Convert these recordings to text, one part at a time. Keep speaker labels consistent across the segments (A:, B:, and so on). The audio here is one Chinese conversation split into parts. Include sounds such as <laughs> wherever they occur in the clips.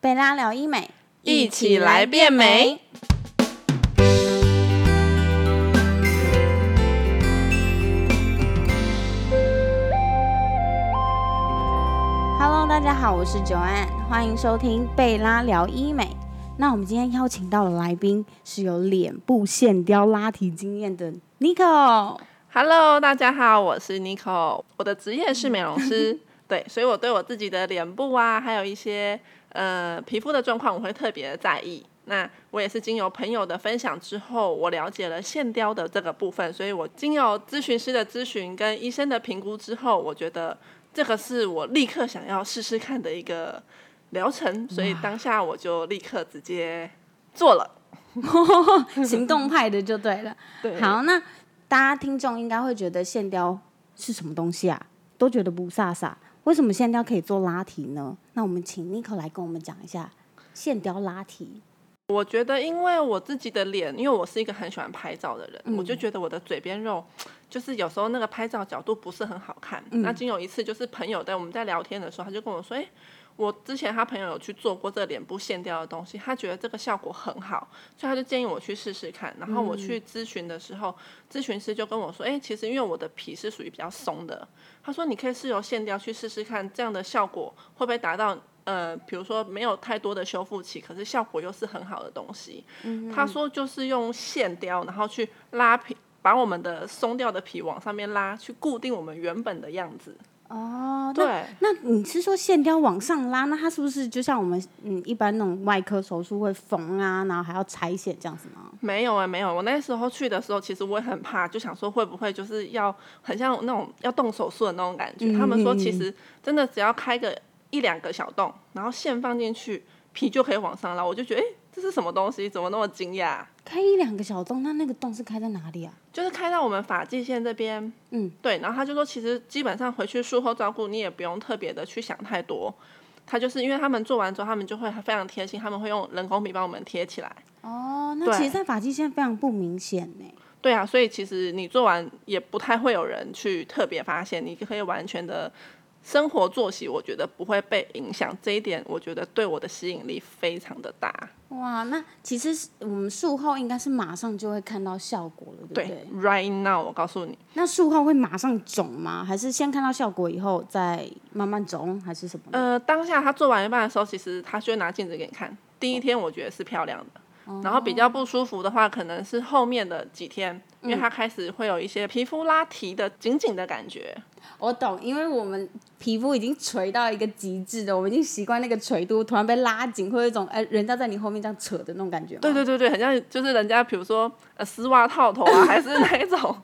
A: 贝拉聊医美，
B: 一起来变美。
A: Hello，大家好，我是九安，欢迎收听贝拉聊医美。那我们今天邀请到的来宾是有脸部线雕拉提经验的
B: <laughs>
A: Nico。
B: Hello，大家好，我是 Nico，我的职业是美容 <laughs> 师，对，所以我对我自己的脸部啊，还有一些呃皮肤的状况，我会特别在意。那我也是经由朋友的分享之后，我了解了线雕的这个部分，所以我经由咨询师的咨询跟医生的评估之后，我觉得这个是我立刻想要试试看的一个疗程，所以当下我就立刻直接做了。
A: 行动派的就对了。
B: 对，
A: 好，那大家听众应该会觉得线雕是什么东西啊？都觉得不飒飒，为什么线雕可以做拉提呢？那我们请 Nico 来跟我们讲一下线雕拉提。
B: 我觉得，因为我自己的脸，因为我是一个很喜欢拍照的人，我就觉得我的嘴边肉，就是有时候那个拍照角度不是很好看。那仅有一次，就是朋友在我们在聊天的时候，他就跟我说：“哎、我之前他朋友有去做过这脸部线雕的东西，他觉得这个效果很好，所以他就建议我去试试看。然后我去咨询的时候，咨询师就跟我说：“哎、其实因为我的皮是属于比较松的，他说你可以试由线雕去试试看，这样的效果会不会达到？”呃，比如说没有太多的修复期，可是效果又是很好的东西。他说就是用线雕，然后去拉皮，把我们的松掉的皮往上面拉，去固定我们原本的样子。
A: 哦，那
B: 对，
A: 那你是说线雕往上拉？那它是不是就像我们嗯一般那种外科手术会缝啊，然后还要拆线这样子吗？
B: 没有哎、没有。我那时候去的时候，其实我也很怕，就想说会不会就是要很像那种要动手术的那种感觉。他们说其实真的只要开个一两个小洞，然后线放进去，皮就可以往上拉。我就觉得哎、诶这是什么东西？怎么那么惊讶？
A: 开一两个小洞，那那个洞是开在哪里啊？
B: 就是开到我们发际线这边，
A: 嗯，
B: 对，然后他就说，其实基本上回去术后照顾你也不用特别的去想太多，他就是因为他们做完之后，他们就会非常贴心，他们会用人工笔帮我们贴起来，
A: 哦，那
B: 对
A: 其实，在发际线非常不明显呢。
B: 对啊，所以其实你做完也不太会有人去特别发现，你可以完全的生活作息，我觉得不会被影响，这一点我觉得对我的吸引力非常的大，
A: 哇，那其实是我们术后应该是马上就会看到效果了，对不对？
B: 对，right now 我告诉你。
A: 那术后会马上肿吗？还是先看到效果以后再慢慢肿，还是什么？
B: 呃，当下他做完一半的时候，其实他就会拿镜子给你看。第一天我觉得是漂亮的，然后比较不舒服的话，可能是后面的几天，因为他开始会有一些皮肤拉提的紧紧的感觉。
A: 我懂，因为我们皮肤已经垂到一个极致了，我们已经习惯那个垂度，突然被拉紧，会有一种哎、人家在你后面这样扯的那种感觉吗。
B: 对对对对，很像就是人家比如说呃丝袜套头啊，还是那一种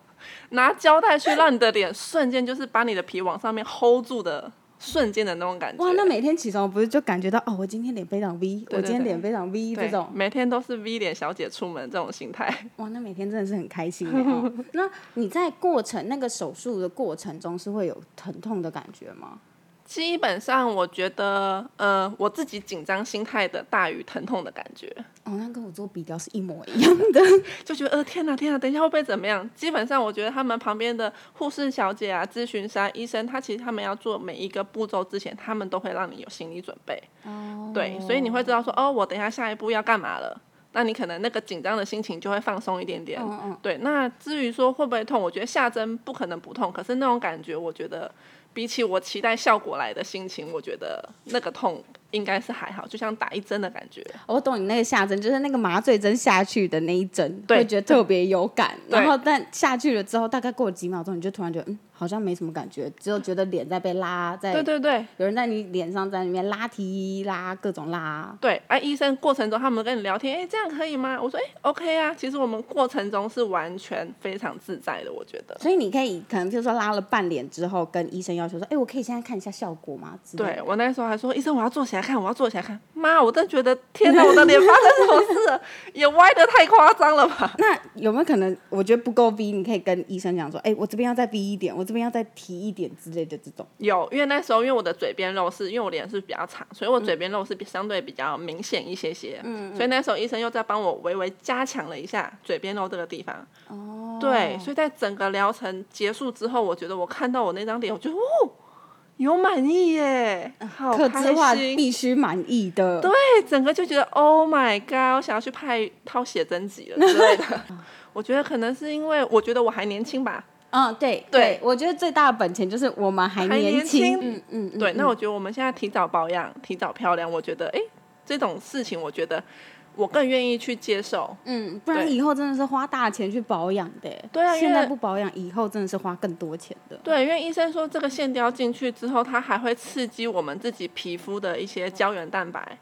B: 拿胶带去让你的脸瞬间就是把你的皮往上面 hold 住的瞬间的那种感觉。
A: 哇，那每天起床不是就感觉到哦，我今天脸非常 V，我
B: 对
A: 今天脸非常 V 这
B: 对
A: 种，，
B: 每天都是 V 脸小姐出门这种心态。
A: 哇，那每天真的是很开心的、哦。 <laughs> 那你在过程那个手术的过程中是会有疼痛的感觉吗？
B: 基本上，我觉得，呃，我自己紧张心态的大于疼痛的感觉，
A: 哦，那跟我做鼻雕是一模一样的。
B: 就觉得，呃，天哪，天哪，等一下会被怎么样？基本上，我觉得他们旁边的护士小姐啊、咨询师、啊、医生，他其实他们要做每一个步骤之前，他们都会让你有心理准备。
A: 哦，
B: 对，所以你会知道说，哦，我等一下下一步要干嘛了。那你可能那个紧张的心情就会放松一点点。
A: 嗯嗯
B: 对，那至于说会不会痛，我觉得下针不可能不痛，可是那种感觉，我觉得比起我期待效果来的心情，我觉得那个痛应该是还好，就像打一针的感觉。
A: 哦我懂你那个下针，就是那个麻醉针下去的那一针，
B: 对
A: 会觉得特别有感。
B: 对
A: 然后但下去了之后，大概过了几秒钟，你就突然觉得，嗯，好像没什么感觉，只有觉得脸在被拉，在
B: 对对对
A: 有人在你脸上在里面拉提拉各种拉。
B: 对，哎、医生过程中他们跟你聊天，哎、这样可以吗？我说，哎、o k 啊。其实我们过程中是完全非常自在的，我觉得。
A: 所以你可以可能就是说拉了半脸之后，跟医生要求说，哎、我可以现在看一下效果吗？之类的
B: 对，我那时候还说，医生，我要坐起来看，我要坐起来看。妈，我真觉得，天哪，我的脸发生什么事了？也歪的太夸张了吧？
A: 那有没有可能？我觉得不够 V，你可以跟医生讲说，哎、我这边要再 V 一点，我这边要再提一点之类的这种。
B: 有，因为那时候因为我的嘴边肉是，因为我脸是比较长，所以我嘴边肉是比相对比较明显一些些。嗯所以那时候医生又在帮我微微加强了一下嘴边肉这个地方。哦。对，所以在整个疗程结束之后，我觉得我看到我那张脸，我觉得哦，有满意耶，好
A: 客制化
B: 开心。
A: 必须满意的，对，
B: 对，整个就觉得 Oh my God，我想要去拍套写真集了之类的。我觉得可能是因为我觉得我还年轻吧，
A: 嗯，对
B: 对
A: 我觉得最大的本钱就是我们还
B: 还
A: 年
B: 年
A: 轻，
B: 轻
A: 嗯嗯，嗯
B: 对，那
A: 嗯
B: 我觉得我们现在提早保养、提早漂亮，我觉得哎，这种事情我觉得我更愿意去接受。
A: 嗯，不然
B: 对
A: 以后真的是花大钱去保养的耶，
B: 对啊因
A: 现在
B: 为
A: 不保养，以后真的是花更多钱的，
B: 对，因为医生说这个线雕进去之后，它还会刺激我们自己皮肤的一些胶原蛋白。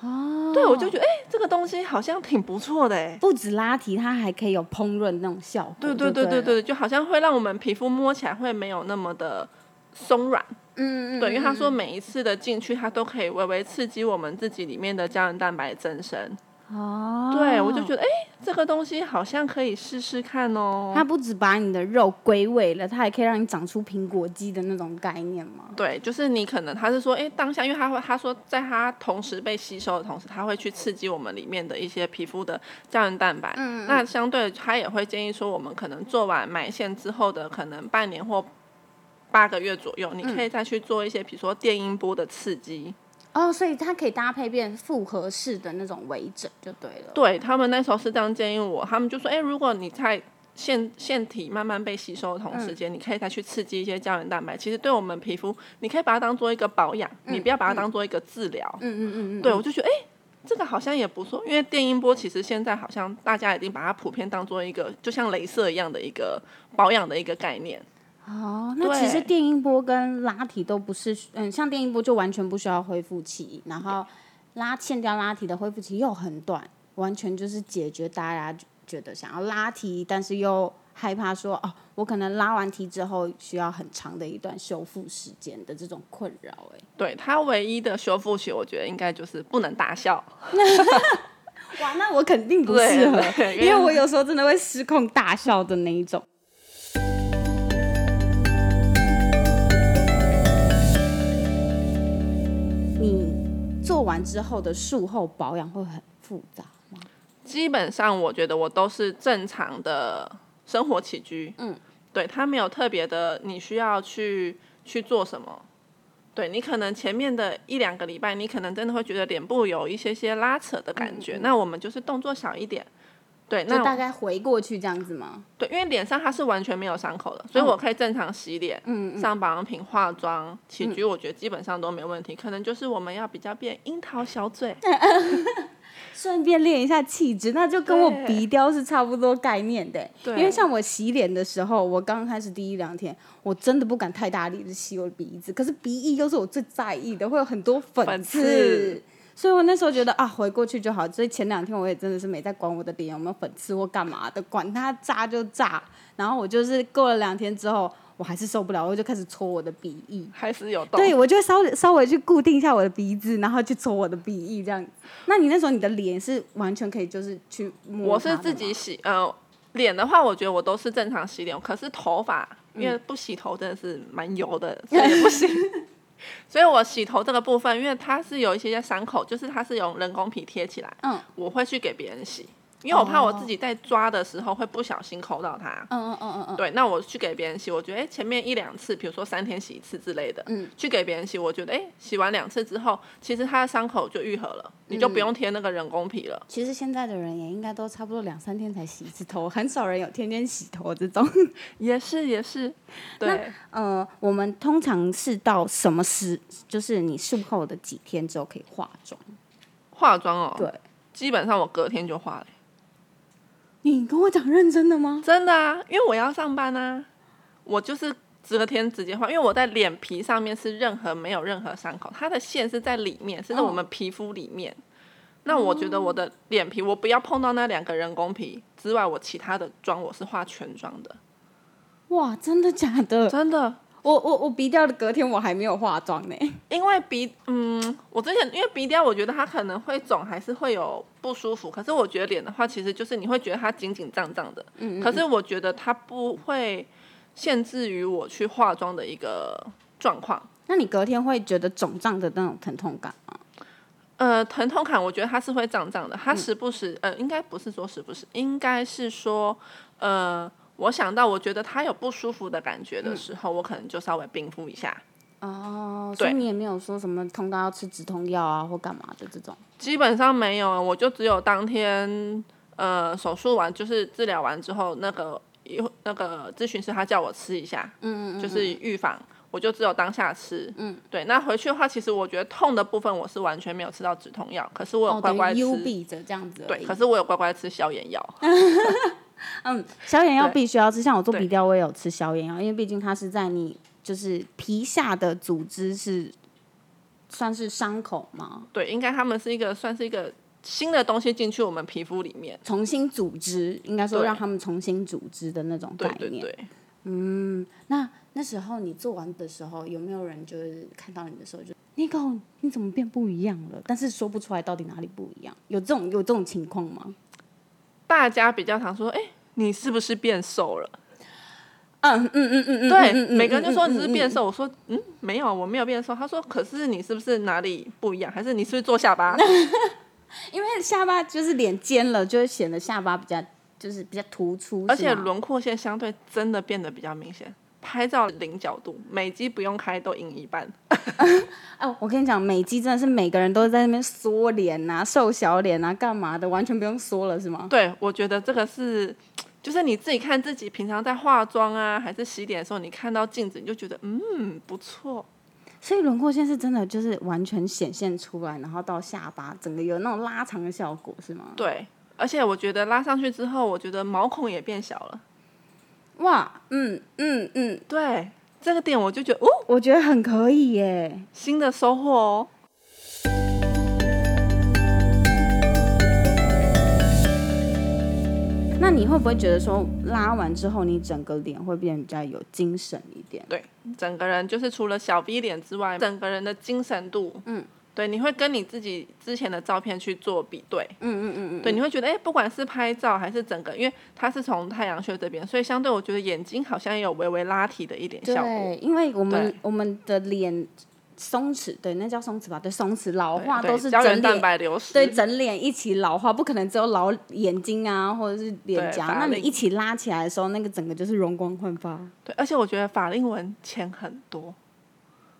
A: 哦，
B: 对，我就觉得哎，这个东西好像挺不错的哎。
A: 不止拉提，它还可以有烹饪那种效果，
B: 对
A: 对
B: 对对对
A: 了，
B: 对，就好像会让我们皮肤摸起来会没有那么的松软。
A: 嗯嗯，
B: 对，因为他
A: 嗯
B: 说每一次的进去，它都可以微微刺激我们自己里面的胶原蛋白增生。
A: 哦，
B: 对，我就觉得哎，这个东西好像可以试试看哦。
A: 它不止把你的肉归位了，它还可以让你长出苹果肌的那种概念吗？
B: 对，就是你可能他是说，哎，当下，因为他会他说，在他同时被吸收的同时，他会去刺激我们里面的一些皮肤的胶原蛋白。
A: 嗯嗯
B: 那相对他也会建议说，我们可能做完埋线之后的可能半年或八个月左右，你
A: 嗯
B: 可以再去做一些，比如说电音波的刺激。
A: 哦，所以它可以搭配变复合式的那种微整就对了。
B: 对他们那时候是这样建议我，他们就说，哎，如果你在腺腺体慢慢被吸收的同时
A: 嗯
B: 间，你可以再去刺激一些胶原蛋白。其实对我们皮肤，你可以把它当做一个保养，你不要把它当做一个治疗。
A: 嗯嗯嗯嗯嗯，
B: 对，我就觉得哎、诶这个好像也不错，因为电音波其实现在好像大家已经把它普遍当做一个就像镭射一样的一个保养的一个概念。
A: 哦，那
B: 对
A: 其实电音波跟拉提都不是，嗯，像电音波就完全不需要恢复期，然后拉线雕拉提的恢复期又很短，完全就是解决大家觉得想要拉提，但是又害怕说哦，我可能拉完提之后需要很长的一段修复时间的这种困扰，哎，
B: 对它唯一的修复期，我觉得应该就是不能大笑。
A: 哇，那我肯定不适合，
B: 对对
A: 因为我有时候真的会失控大笑的那一种。你做完之后的术后保养会很复杂吗？
B: 基本上我觉得我都是正常的生活起居，嗯，对，它没有特别的你需要去去做什么。对你可能前面的一两个礼拜，你可能真的会觉得脸部有一些些拉扯的感觉，那我们就是动作小一点。对，那
A: 嗯就
B: 我
A: 大概回过去这样子吗？
B: 对，因为脸上它是完全没有伤
A: 嗯
B: 口的，所以我可以正常洗脸、上保养品、化妆、起
A: 嗯
B: 居，我觉得基本上都没问题。可能就是我们要比较变樱桃
A: <laughs>
B: 小嘴，
A: 顺便练一下气质，那就跟我
B: 对
A: 鼻雕是差不多概念的欸。
B: 对
A: 因为像我洗脸的时候，我刚开始第一两天，我真的不敢太大力的洗我的鼻子，可是鼻翼又是我最在意的，会有很多粉
B: 粉
A: 刺。
B: 刺
A: 所以我那时候觉得啊，回过去就好。所以前两天我也真的是没在管我的脸有没有粉刺或干嘛的，管它炸就炸。然后我就是过了两天之后，我还是受不了，我就开始搓我的鼻翼。
B: 还是有动。
A: 对，我就会稍稍微去固定一下我的鼻子，然后去搓我的鼻翼这样。那你那时候你的脸是完全可以就是去摸
B: 我
A: 它的嗯
B: 是
A: 吗
B: 自己洗，呃，脸的话，我觉得我都是正常洗脸，可是头发因
A: 嗯
B: 为不洗头真的是蛮油的，所以也
A: <laughs>
B: 不行。所以我洗头这个部分，因为它是有一些些伤口，就是它是用人工皮贴起来，
A: 嗯，
B: 我会去给别人洗，因为我怕我
A: 哦
B: 自己在抓的时候会不小心抠到它。
A: 嗯嗯嗯嗯嗯，
B: 对，那我去给别人洗，我觉得哎、诶前面一两次，比如说三天洗一次之类的，
A: 嗯，
B: 去给别人洗，我觉得哎、诶洗完两次之后，其实它的伤口就愈合了，你
A: 嗯
B: 就不用贴那个人工皮了。
A: 其实现在的人也应该都差不多两三天才洗一次头，很少人有天天洗头这种。
B: 也是也是，对，
A: <laughs> 呃，我们通常是到什么时，就是你术后的几天之后可以化妆？
B: 化妆哦，
A: 对，
B: 基本上我隔天就化了，
A: 你跟我讲认真的吗？
B: 真的啊，因为我要上班啊，我就是。隔天直接化，因为我在脸皮上面是任何没有任何伤口，它的线是在里面，是在我们皮肤里面。那我觉得我的脸皮，我不要碰到那两个人工皮之外，我其他的妆我是化全妆的。
A: 哇，真的假的？
B: 真的，
A: 我我我鼻掉的隔天我还没有化妆呢。
B: 因为鼻，嗯，我之前因为鼻雕，我觉得它可能会肿，还是会有不舒服。可是我觉得脸的话，其实就是你会觉得它紧紧胀胀的，嗯可是我觉得它不会限制于我去化妆的一个状况。
A: 那你隔天会觉得肿胀的那种疼痛感吗？
B: 呃，疼痛感，我觉得它是会胀胀的，它时不时，呃，应该不是说时不时，应该是说，嗯呃，我想到我觉得它有不舒服的感觉的时候，我可能就稍微冰敷一下。
A: 哦，所以
B: 对
A: 你也没有说什么痛到要吃止痛药啊或干嘛的这种。
B: 基本上没有，啊我就只有当天呃手术完，就是治疗完之后，那个一会那个咨询师他叫我吃一下，
A: 嗯嗯嗯，
B: 就是预防，我就只有当下吃。嗯，对。那回去的话，其实我觉得痛的部分我是完全没有吃到止痛药，可是我有
A: 哦，
B: 乖
A: 等
B: 乖
A: 于
B: 吃。
A: U 闭着这样子而
B: 对，
A: 已。
B: 可是我有乖乖吃消炎药。
A: 嗯，消炎药
B: 对
A: 必须要吃，像我做
B: 对
A: 鼻雕，我也有吃消炎药，因为毕竟它是在你就是皮下的组织是算是伤口嘛，
B: 对，应该他们是一个算是一个新的东西进去我们皮肤里面。
A: 重新组织，应该说
B: 对
A: 让他们重新组织的那种概
B: 对
A: 念。
B: 对对，
A: 那那时候你做完的时候，有没有人就是看到你的时候就 Nico 你怎么变不一样了？但是说不出来到底哪里不一样，有这种有这种情况吗？
B: 大家比较常说，哎、你是不是变瘦了？
A: 嗯嗯嗯嗯嗯，
B: 对，
A: 嗯
B: 每个人就说你是不是
A: 嗯嗯嗯
B: 变。
A: 嗯嗯
B: 瘦，我说嗯没有，我没有变瘦。他说可是你是不是哪里不一样？还是你是不是做下巴？
A: 因为下巴就是脸尖了，就会显得下巴比较就是比较突出，
B: 而且
A: 是吗
B: 轮廓线相对真的变得比较明显。拍照零角度，美肌不用开都赢一半。
A: 哦，我跟你讲，美肌真的是每个人都在那边缩脸呐、瘦小脸呐、干嘛的，完全不用缩了，是吗？
B: 对，我觉得这个是，就是你自己看自己平常在化妆啊，还是洗脸的时候，你看到镜子你就觉得嗯不错。
A: 所以轮廓线是真的就是完全显现出来，然后到下巴整个有那种拉长的效果，是吗？
B: 对，而且我觉得拉上去之后，我觉得毛孔也变小了。
A: 哇，嗯嗯嗯，
B: 对，这个点我就觉得哦，
A: 我觉得很可以耶。
B: 新的收获哦。
A: 那你会不会觉得说拉完之后，你整个脸会变得比较有精神一点？
B: 对，整个人就是除了小 V 脸之外，整个人的精神度，嗯，对，你会跟你自己之前的照片去做比对，嗯嗯嗯嗯，对，你会觉得，哎、不管是拍照还是整个，因为它是从太阳穴这边，所以相对我觉得眼睛好像也有微微拉提的一点效果，
A: 对，因为我们
B: 对
A: 我们的脸松弛，对，那叫松弛吧？对，松弛老
B: 对
A: 化
B: 对
A: 都是
B: 胶
A: 整
B: 原蛋
A: 脸
B: 白流失，
A: 对，整脸一起老化，不可能只有老眼睛啊，或者是脸
B: 对
A: 颊。
B: 法
A: 那你
B: 令
A: 一起拉起来的时候，那个整个就是容光焕发，
B: 对，而且我觉得法令纹浅很多，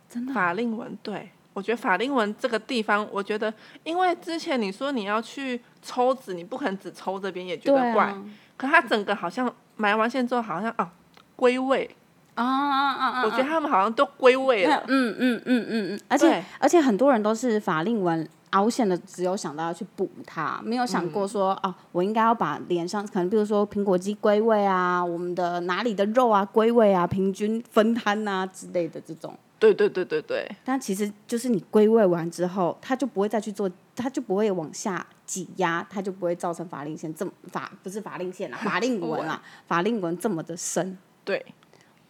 A: 真的。
B: 法令纹，对。我觉得法令纹这个地方，我觉得，因为之前你说你要去抽脂，你不可能只抽这边，也觉
A: 对
B: 得怪。
A: 啊，
B: 可它整个好像埋完线之后，好像啊归位，
A: 啊啊啊啊！
B: 我觉得
A: 啊
B: 他们好像都归位了。
A: 嗯嗯嗯嗯嗯，而且
B: 对
A: 而且很多人都是法令纹凹陷的，只有想到要去补它，没有想
B: 嗯
A: 过说、啊，我应该要把脸上可能比如说苹果肌归位啊，我们的哪里的肉啊归位啊，平均分摊啊之类的这种。
B: 对对对对对
A: 但其实就是你归位完之后，它就不会再去做，它就不会往下挤压，它就不会造成法令线这么法不是法令线 <laughs> 啊，法令纹啊，法令纹这么的深。
B: 对，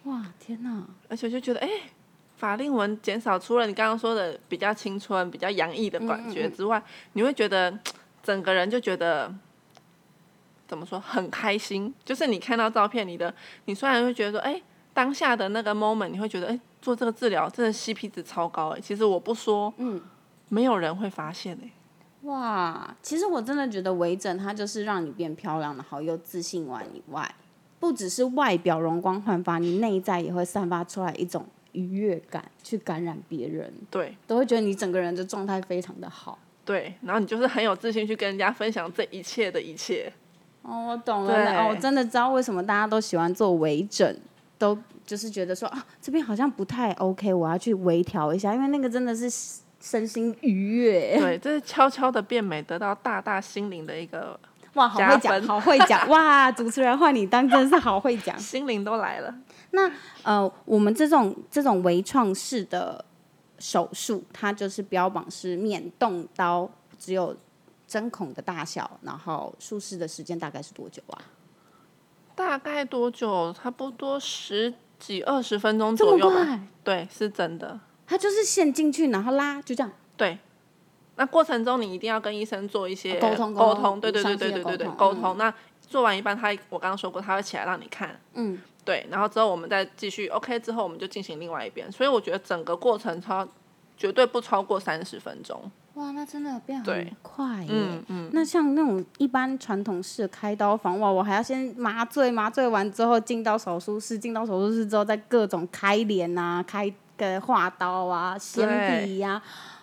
A: 哇，天哪！
B: 而且我就觉得，哎，法令纹减少，除了你刚刚说的比较青春、比较洋溢的感
A: 嗯
B: 觉之外，你会觉得整个人就觉得。怎么说很开心，就是你看到照片，你的你虽然会觉得说，哎，当下的那个 moment，你会觉得，哎，做这个治疗真的 CP 值超高，哎，其实我不说，嗯，没有人会发现，哎，
A: 哇，其实我真的觉得微整它就是让你变漂亮的好，又自信完以外，不只是外表容光焕发，你内在也会散发出来一种愉悦感，去感染别人，
B: 对，
A: 都会觉得你整个人的状态非常的好。
B: 对，然后你就是很有自信去跟人家分享这一切的一
A: <laughs>
B: 切。
A: 哦，我懂了。
B: 对
A: 哦，我真的知道为什么大家都喜欢做微整，都就是觉得说啊，这边好像不太 OK，我要去微调一下，因为那个真的是身心愉悦。
B: <laughs> 对，这是悄悄的变美，得到大大心灵的一个
A: 哇，好会
B: 加
A: 讲，
B: 分
A: 好会讲。哇，主持人换你当，真的是好会
B: <laughs>
A: 讲。
B: 心灵都来了。
A: 呃，我们这种这种微创式的手术，它就是标榜是免动刀，只有针孔的大小，然后术式的时间大概是多久啊？
B: 大概多久？差不多十几二十分钟
A: 这
B: 左
A: 么
B: 右吧。
A: 快？
B: 对，是真的。
A: 它就是陷进去，然后拉，就这样。
B: 对，那过程中你一定要跟医生做一些
A: 沟通沟
B: 沟
A: 通
B: 通，对对对
A: 详细
B: 对
A: 的
B: 对
A: 沟
B: 对对，
A: 通
B: 沟通。那做完一半，他我刚刚说过，他会起来让你看。
A: 嗯，
B: 对，然后之后我们再继续 OK，之后我们就进行另外一边。所以我觉得整个过程超绝对不超过三十分钟。
A: 哇，那真的变很
B: 对
A: 快耶！
B: 嗯嗯。
A: 那像那种一般传统式的开刀房，哇，我还要先麻醉，麻醉完之后进到手术室，进到手术室之后再各种开脸啊、开给画刀啊、铅笔呀、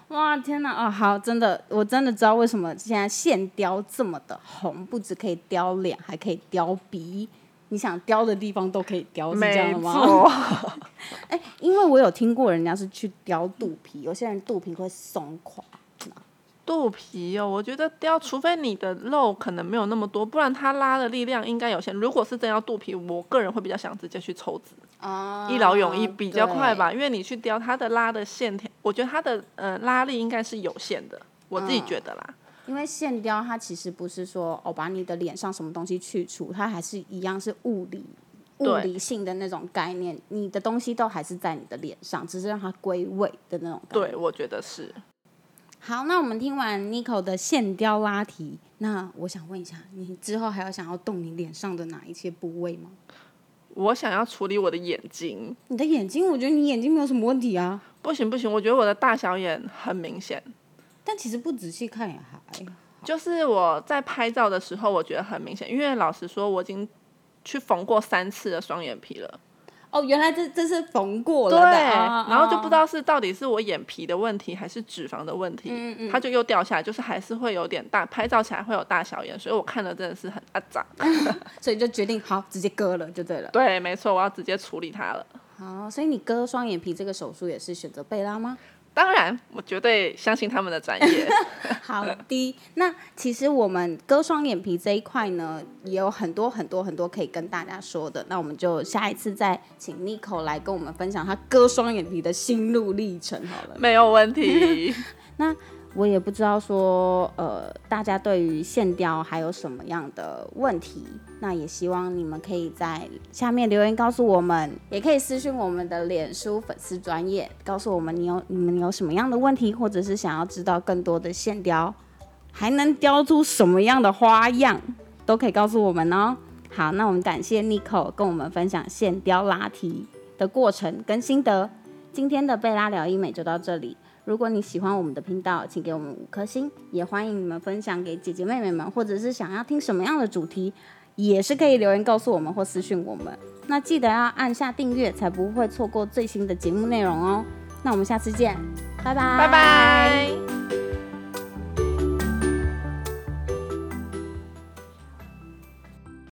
A: 哇，天哪！哦，好，真的，我真的知道为什么现在线雕这么的红，不只可以雕脸，还可以雕鼻，你想雕的地方都可以雕，哦是这样
B: 没
A: 的吗？
B: 错，
A: 哎、因为我有听过人家是去雕肚皮，有些人肚皮会松垮，
B: 肚皮哦，我觉得雕，除非你的肉可能没有那么多，不然它拉的力量应该有限。如果是真要肚皮，我个人会比较想直接去抽脂，
A: 啊
B: 一劳永逸比较快吧，因为你去雕它的拉的线条，我觉得它的呃拉力应该是有限的，我自己觉得啦。
A: 因为线雕它其实不是说哦把你的脸上什么东西去除，它还是一样是物理物
B: 对
A: 理性的那种概念，你的东西都还是在你的脸上，只是让它归位的那种感觉。
B: 对，我觉得是。
A: 好，那我们听完 n i c o 的线雕拉提，那我想问一下，你之后还有想要动你脸上的哪一些部位吗？
B: 我想要处理我的眼睛，
A: 你的眼睛，我觉得你眼睛没有什么问题啊，
B: 不行不行，我觉得我的大小眼很明显。
A: 但其实不仔细看也还
B: 就是我在拍照的时候，我觉得很明显，因为老实说，我已经去缝过三次的双眼皮了。
A: 哦，原来这这是缝过了
B: 对，嗯
A: 的，
B: 啊
A: 哦
B: 然后就不知
A: 道
B: 道是到底是我眼皮的问题还是脂肪的问题，它就又掉下来，就是还是会有点大，拍照起来会有大小眼，所以我看了真的是很阿 <laughs> 杂。
A: 哦所以就决定好直接割了就对了。
B: 对，没错，我要直接处理它了。
A: 好，所以你割双眼皮这个手术也是选择贝拉吗？ <laughs>
B: 当然，我绝对相信他们的专业。 <laughs>
A: 好的，那其实我们割双眼皮这一块呢，也有很多很多很多可以跟大家说的。那我们就下一次再请 n i c o 来跟我们分享她割双眼皮的心路历程好了。
B: 没有问 <laughs> 题。
A: 我也不知道说，呃，大家对于线雕还有什么样的问题，那也希望你们可以在下面留言告诉我们，也可以私讯我们的脸书粉丝专业，告诉我们你有你们有什么样的问题，或者是想要知道更多的线雕还能雕出什么样的花样，都可以告诉我们哦。好，那我们感谢 Nico 跟我们分享线雕拉提的过程跟心得。今天的贝拉聊医美就到这里。如果你喜欢我们的频道，请给我们五颗星，也欢迎你们分享给姐姐妹妹们，或者是想要听什么样的主题，也是可以留言告诉我们或私讯我们。那记得要按下订阅，才不会错过最新的节目内容哦。那我们下次见，拜拜，
B: 拜拜。